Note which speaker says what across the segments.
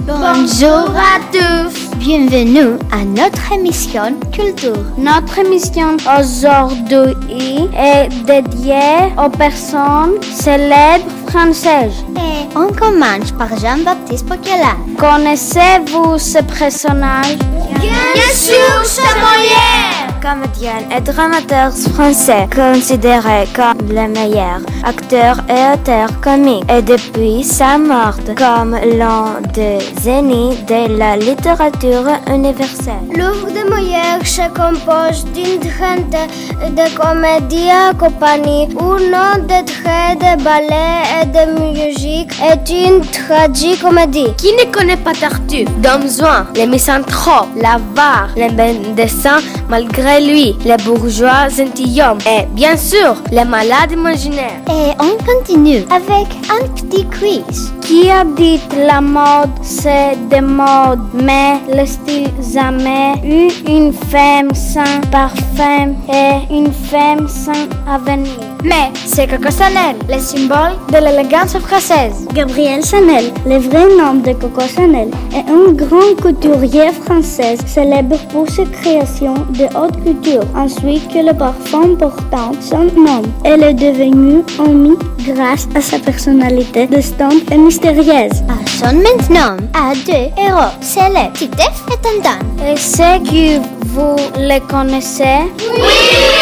Speaker 1: Bonjour à tous. Bienvenue à notre émission Culture.
Speaker 2: Notre émission aujourd'hui est dédiée aux personnes célèbres françaises.
Speaker 1: Et on commence par Jean-Baptiste Poquelin.
Speaker 2: Connaissez-vous ce personnage
Speaker 3: Bien sûr, c'est Molière
Speaker 4: Comédienne et dramaturge français, considéré comme le meilleur acteur et auteur comique, et depuis sa mort comme l'un des génies de la littérature universelle.
Speaker 5: L'œuvre de Molière se compose d'une trentaine de comédies accompagnées ou non de traits de ballet et de musique est une tragicomédie.
Speaker 6: Qui ne connaît pas Tartuffe, Dom Juan, les misanthropes, l'avare, les médecins malgré lui, les bourgeois gentilshommes et bien sûr les malades imaginaires.
Speaker 1: Et on continue avec un petit quiz.
Speaker 2: Qui habite la mode, c'est de mode, mais le style jamais eu une femme sans parfum et une femme sans avenir.
Speaker 7: Mais c'est Coco Chanel, le symbole de l'élégance française.
Speaker 8: Gabrielle Chanel, le vrai nom de Coco Chanel, est une grande couturière française célèbre pour ses créations de haute couture, ainsi que le parfum portant son nom. Elle est devenue amie grâce à sa personnalité distante et mystérieuse.
Speaker 1: Passons maintenant à deux héros célèbres, Titeuf et Tintin.
Speaker 2: Est-ce que vous les connaissez
Speaker 3: Oui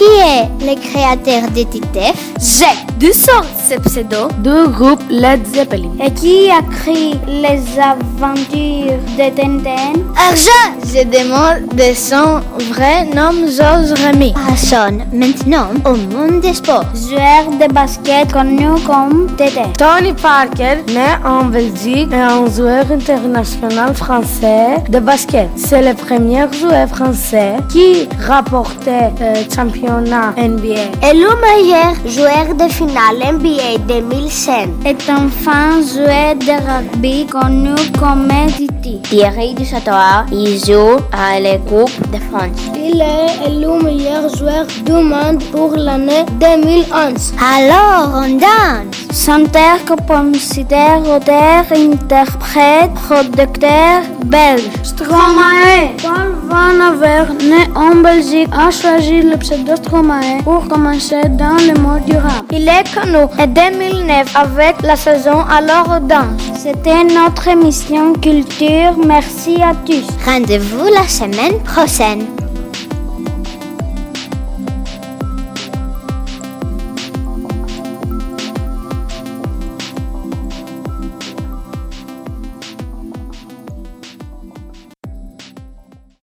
Speaker 1: qui est le créateur de Titef
Speaker 6: Jacques Dussault, c'est pseudo
Speaker 9: du groupe Led Zeppelin.
Speaker 2: Et qui a écrit Les aventures de Tintin
Speaker 6: Argent Je demande de son vrai nom Georges Remy.
Speaker 1: Passons maintenant au monde des sports.
Speaker 2: Joueur de basket connu comme Tintin.
Speaker 9: Tony Parker, né en Belgique, est un joueur international français de basket. C'est le premier joueur français qui rapportait euh, champion NBA.
Speaker 5: Et le meilleur joueur de finale NBA 2005
Speaker 2: est enfin joueur de rugby connu comme Titi.
Speaker 10: Thierry Dussatoir, il joue à l'équipe de France.
Speaker 11: Il est le meilleur joueur du monde pour l'année 2011.
Speaker 1: Alors, on danse
Speaker 2: Santer compositeur, auteur, interprète, producteur belge.
Speaker 11: Stromae
Speaker 2: Paul Van Aver, né en Belgique, a choisi le pseudo Stromae pour commencer dans le monde du rap.
Speaker 6: Il est connu en 2009 avec la saison Alors danse.
Speaker 2: C'était notre émission Culture. Merci à tous.
Speaker 1: Rendez-vous la semaine prochaine.